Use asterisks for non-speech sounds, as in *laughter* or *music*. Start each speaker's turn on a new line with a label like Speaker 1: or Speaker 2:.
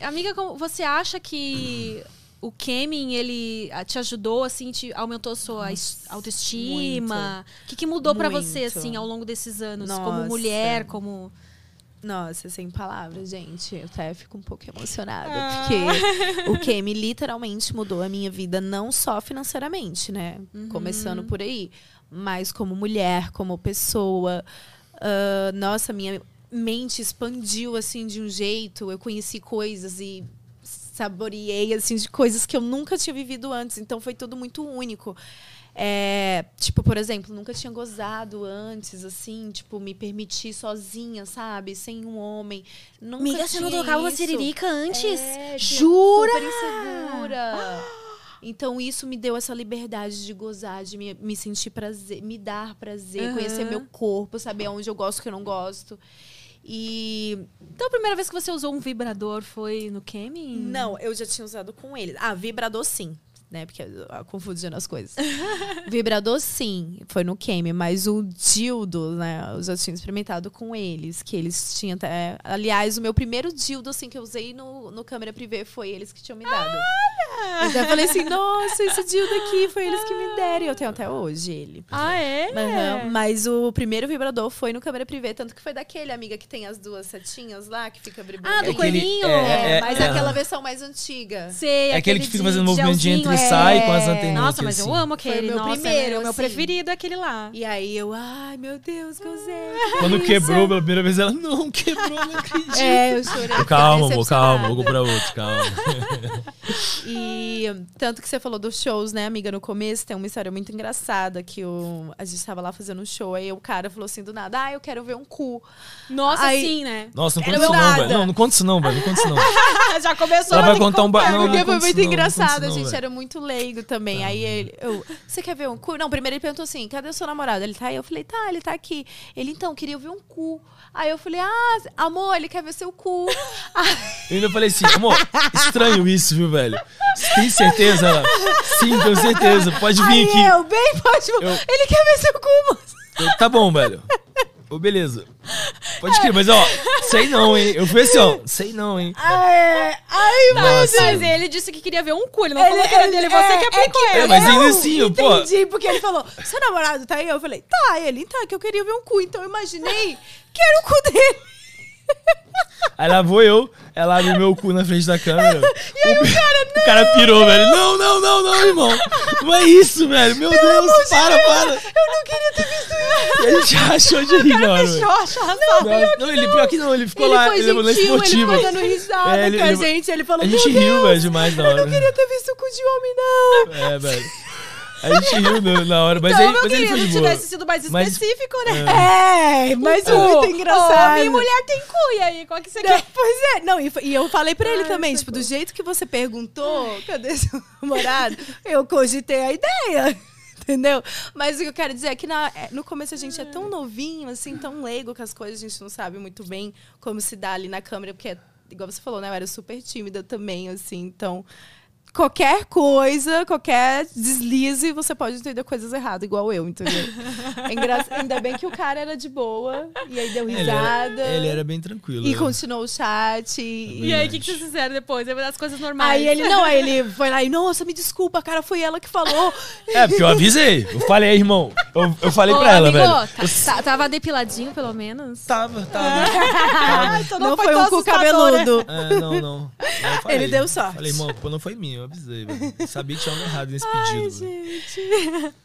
Speaker 1: Amiga, como- você acha que o Kemin, ele ah, te ajudou, assim, te aumentou a sua es- autoestima? O que, que mudou pra você,
Speaker 2: Muito.
Speaker 1: assim, ao longo desses anos? Como
Speaker 2: Nossa.
Speaker 1: mulher, como...
Speaker 2: Nossa, sem palavras, gente. Eu até fico um pouco emocionada, porque o Kemi literalmente mudou a minha vida, não só financeiramente, né? Começando por aí, mas como mulher, como pessoa. Ah, nossa, minha mente expandiu assim de um jeito. Eu conheci coisas e saboreei assim de coisas que eu nunca tinha vivido antes. Então foi tudo muito único. É, tipo, por exemplo, nunca tinha gozado antes, assim, tipo, me permitir sozinha, sabe? Sem um homem. Nunca
Speaker 1: Amiga, você não
Speaker 2: tinha
Speaker 1: tocava uma
Speaker 2: isso.
Speaker 1: siririca antes?
Speaker 2: É, tinha-
Speaker 1: Jura?
Speaker 2: Super insegura. Então isso me deu essa liberdade de gozar, de me, me sentir prazer, me dar prazer,
Speaker 1: Aham.
Speaker 2: conhecer meu corpo, saber onde eu gosto, o que eu não gosto. E
Speaker 1: Então, a primeira vez que você usou um vibrador foi no Kemin?
Speaker 2: não, eu já tinha usado com ele. Ah, vibrador sim, né? Porque eu, eu confundindo as coisas. *laughs* vibrador sim, foi no Kemi, mas o dildo, né? Eu já tinha experimentado com eles, que eles tinham até. Aliás, o meu primeiro dildo assim que eu usei no, no câmera privê foi eles que tinham me dado. Então eu falei assim, nossa, esse dildo aqui foi eles que me deram. E eu tenho até hoje ele.
Speaker 1: Ah, é?
Speaker 2: Aham, Mas o primeiro vibrador foi no câmera privê, tanto que foi daquele, amiga, que tem as duas setinhas lá, que fica brilhando.
Speaker 1: Ah, do
Speaker 3: É que ele-
Speaker 1: coelhinho?
Speaker 3: é,
Speaker 2: É,
Speaker 3: é,
Speaker 2: mas
Speaker 3: é.
Speaker 2: aquela versão mais antiga.
Speaker 1: Sei,
Speaker 3: É aquele que fica fazendo
Speaker 1: de
Speaker 3: movimento de entra e
Speaker 1: gelzinho,
Speaker 3: sai
Speaker 1: é.
Speaker 3: com as anteninhas.
Speaker 1: Nossa, mas eu
Speaker 3: assim.
Speaker 1: amo aquele.
Speaker 2: Foi o meu
Speaker 1: Nossa,
Speaker 2: primeiro,
Speaker 1: é o meu
Speaker 2: assim.
Speaker 1: preferido, é aquele lá.
Speaker 2: E aí eu, ai meu Deus,
Speaker 3: Ah,
Speaker 2: gozei.
Speaker 3: Quando quebrou pela primeira vez, ela não quebrou, não acredito.
Speaker 2: É,
Speaker 3: tipo,
Speaker 2: eu
Speaker 3: *laughs*
Speaker 2: chorei. fiquei
Speaker 3: Calma, amor, calma,
Speaker 2: decepcionada.
Speaker 3: vou comprar outro, calma.
Speaker 2: E tanto que você falou dos shows, né, amiga, no começo, tem uma história muito engraçada que o a gente tava lá fazendo um show, aí o cara falou assim do nada, ah, eu quero ver um cu.
Speaker 1: Nossa,
Speaker 2: Ai.
Speaker 1: sim,
Speaker 2: *laughs*
Speaker 1: né?
Speaker 3: Nossa, não
Speaker 2: Era
Speaker 3: conta isso não,
Speaker 2: nada.
Speaker 3: velho. Não, não conta isso não, velho. Não conta isso não.
Speaker 1: Já começou
Speaker 3: Ela
Speaker 1: a
Speaker 3: vai contar um ba... não, não
Speaker 2: Porque
Speaker 3: conta
Speaker 2: foi muito
Speaker 3: isso não, não conta isso
Speaker 2: engraçado, a
Speaker 3: não,
Speaker 2: gente
Speaker 3: velho. Tá, né?
Speaker 2: era muito leigo também. Aí ele, eu, você quer ver um cu? Não, primeiro ele perguntou assim, cadê o seu namorado? Ele tá aí? Eu falei, tá, ele tá aqui. Ele, então, queria ver um cu. Aí eu falei, ah, amor, ele quer ver seu cu.
Speaker 3: Eu ainda falei assim, amor, estranho isso, viu, velho? Você tem certeza? Ela, Sim, tenho certeza. Pode vir
Speaker 2: Aí
Speaker 3: aqui.
Speaker 2: eu, bem, pode.
Speaker 3: Eu-
Speaker 2: Ele quer ver seu cu, moço.
Speaker 3: Eu, tá bom, velho. Ô, beleza. Pode crer, mas ó, sei não, hein? Eu fui assim, ó, sei não, hein?
Speaker 2: É, ai,
Speaker 3: Nossa.
Speaker 1: Ah, Mas ele disse que queria ver um cu, ele não
Speaker 2: Ele-
Speaker 1: falou que era dele,
Speaker 2: ele-
Speaker 1: você
Speaker 2: é,
Speaker 1: que
Speaker 2: é
Speaker 1: aplicou
Speaker 2: que-
Speaker 1: ele.
Speaker 3: É, mas
Speaker 2: eu
Speaker 3: ainda assim, eu, pô.
Speaker 2: entendi, porque ele falou, seu namorado tá aí? Eu falei, tá, ele, tá, que eu queria ver um cu, então eu imaginei que era o cu dele.
Speaker 3: Aí lá vou eu, ela abre meu cu na frente da câmera. o, cara, o cara pirou, velho. Não, não, não, não, irmão. Não é isso, velho. Meu Deus, para, para.
Speaker 2: Eu não queria ter visto isso.
Speaker 3: *laughs* E a gente rachou de rir, mano. velho.
Speaker 2: Xoxa, não,
Speaker 3: Não, não, ele pior que não, ele ficou
Speaker 2: ele
Speaker 3: lá,
Speaker 2: foi
Speaker 3: ele levou na
Speaker 2: gentil, ele
Speaker 3: esportiva.
Speaker 2: foi dando risada
Speaker 3: É, ele-
Speaker 2: com a
Speaker 3: ele-
Speaker 2: gente, ele falou,
Speaker 3: a gente
Speaker 2: meu
Speaker 3: riu,
Speaker 2: Deus,
Speaker 3: velho, demais na
Speaker 2: eu
Speaker 3: hora.
Speaker 2: não queria ter visto o cu de homem, não.
Speaker 3: *laughs* É, velho. A gente riu na, na hora, mas,
Speaker 1: Então,
Speaker 3: ele,
Speaker 1: meu
Speaker 3: mas ele
Speaker 1: querido,
Speaker 3: foi de
Speaker 1: se
Speaker 3: boa.
Speaker 1: tivesse sido mais
Speaker 3: Mas-
Speaker 1: específico, né?
Speaker 2: É, mas o muito engraçado.
Speaker 1: Homem e mulher tem cu, e aí? Qual que você
Speaker 2: Não,
Speaker 1: quer?
Speaker 2: *laughs* pois é, não, e, fa- e eu falei pra ele
Speaker 3: Ah,
Speaker 1: Ai,
Speaker 2: também, tipo, do jeito que você perguntou, cadê seu *laughs* namorado? Eu cogitei a ideia. *laughs* Entendeu? Mas o que eu quero dizer é que na- é, no começo a gente é
Speaker 3: Ah.
Speaker 2: tão novinho, assim, tão leigo que as coisas a gente não sabe muito bem como se dá ali na câmera, porque, é- igual você falou, né? Eu era super tímida também, assim, então. Qualquer coisa, qualquer deslize, você pode entender coisas erradas, igual eu, entendeu? É engra- Ainda bem que o cara era de boa, e aí deu
Speaker 3: Ele era,
Speaker 2: risada.
Speaker 3: ele era bem tranquilo.
Speaker 2: E
Speaker 3: né?
Speaker 2: continuou o chat.
Speaker 1: E
Speaker 2: E...
Speaker 1: aí, o que, que vocês fizeram depois? As coisas normais.
Speaker 2: Aí ele, não, aí ele foi lá e, nossa, me desculpa, cara, foi ela que *laughs* falou.
Speaker 3: É, porque eu avisei. Eu falei, irmão. Eu, eu falei pra ela, velho.
Speaker 1: tá, tava depiladinho, pelo menos?
Speaker 3: Tava, tava.
Speaker 2: não foi um cu cabeludo.
Speaker 3: É, não, não. Eu falei.
Speaker 2: Ele deu sorte.
Speaker 3: um Falei, irmão, pô, não foi minha, eu avisei. velho. Sabia que tinha algo errado nesse pedido. velho.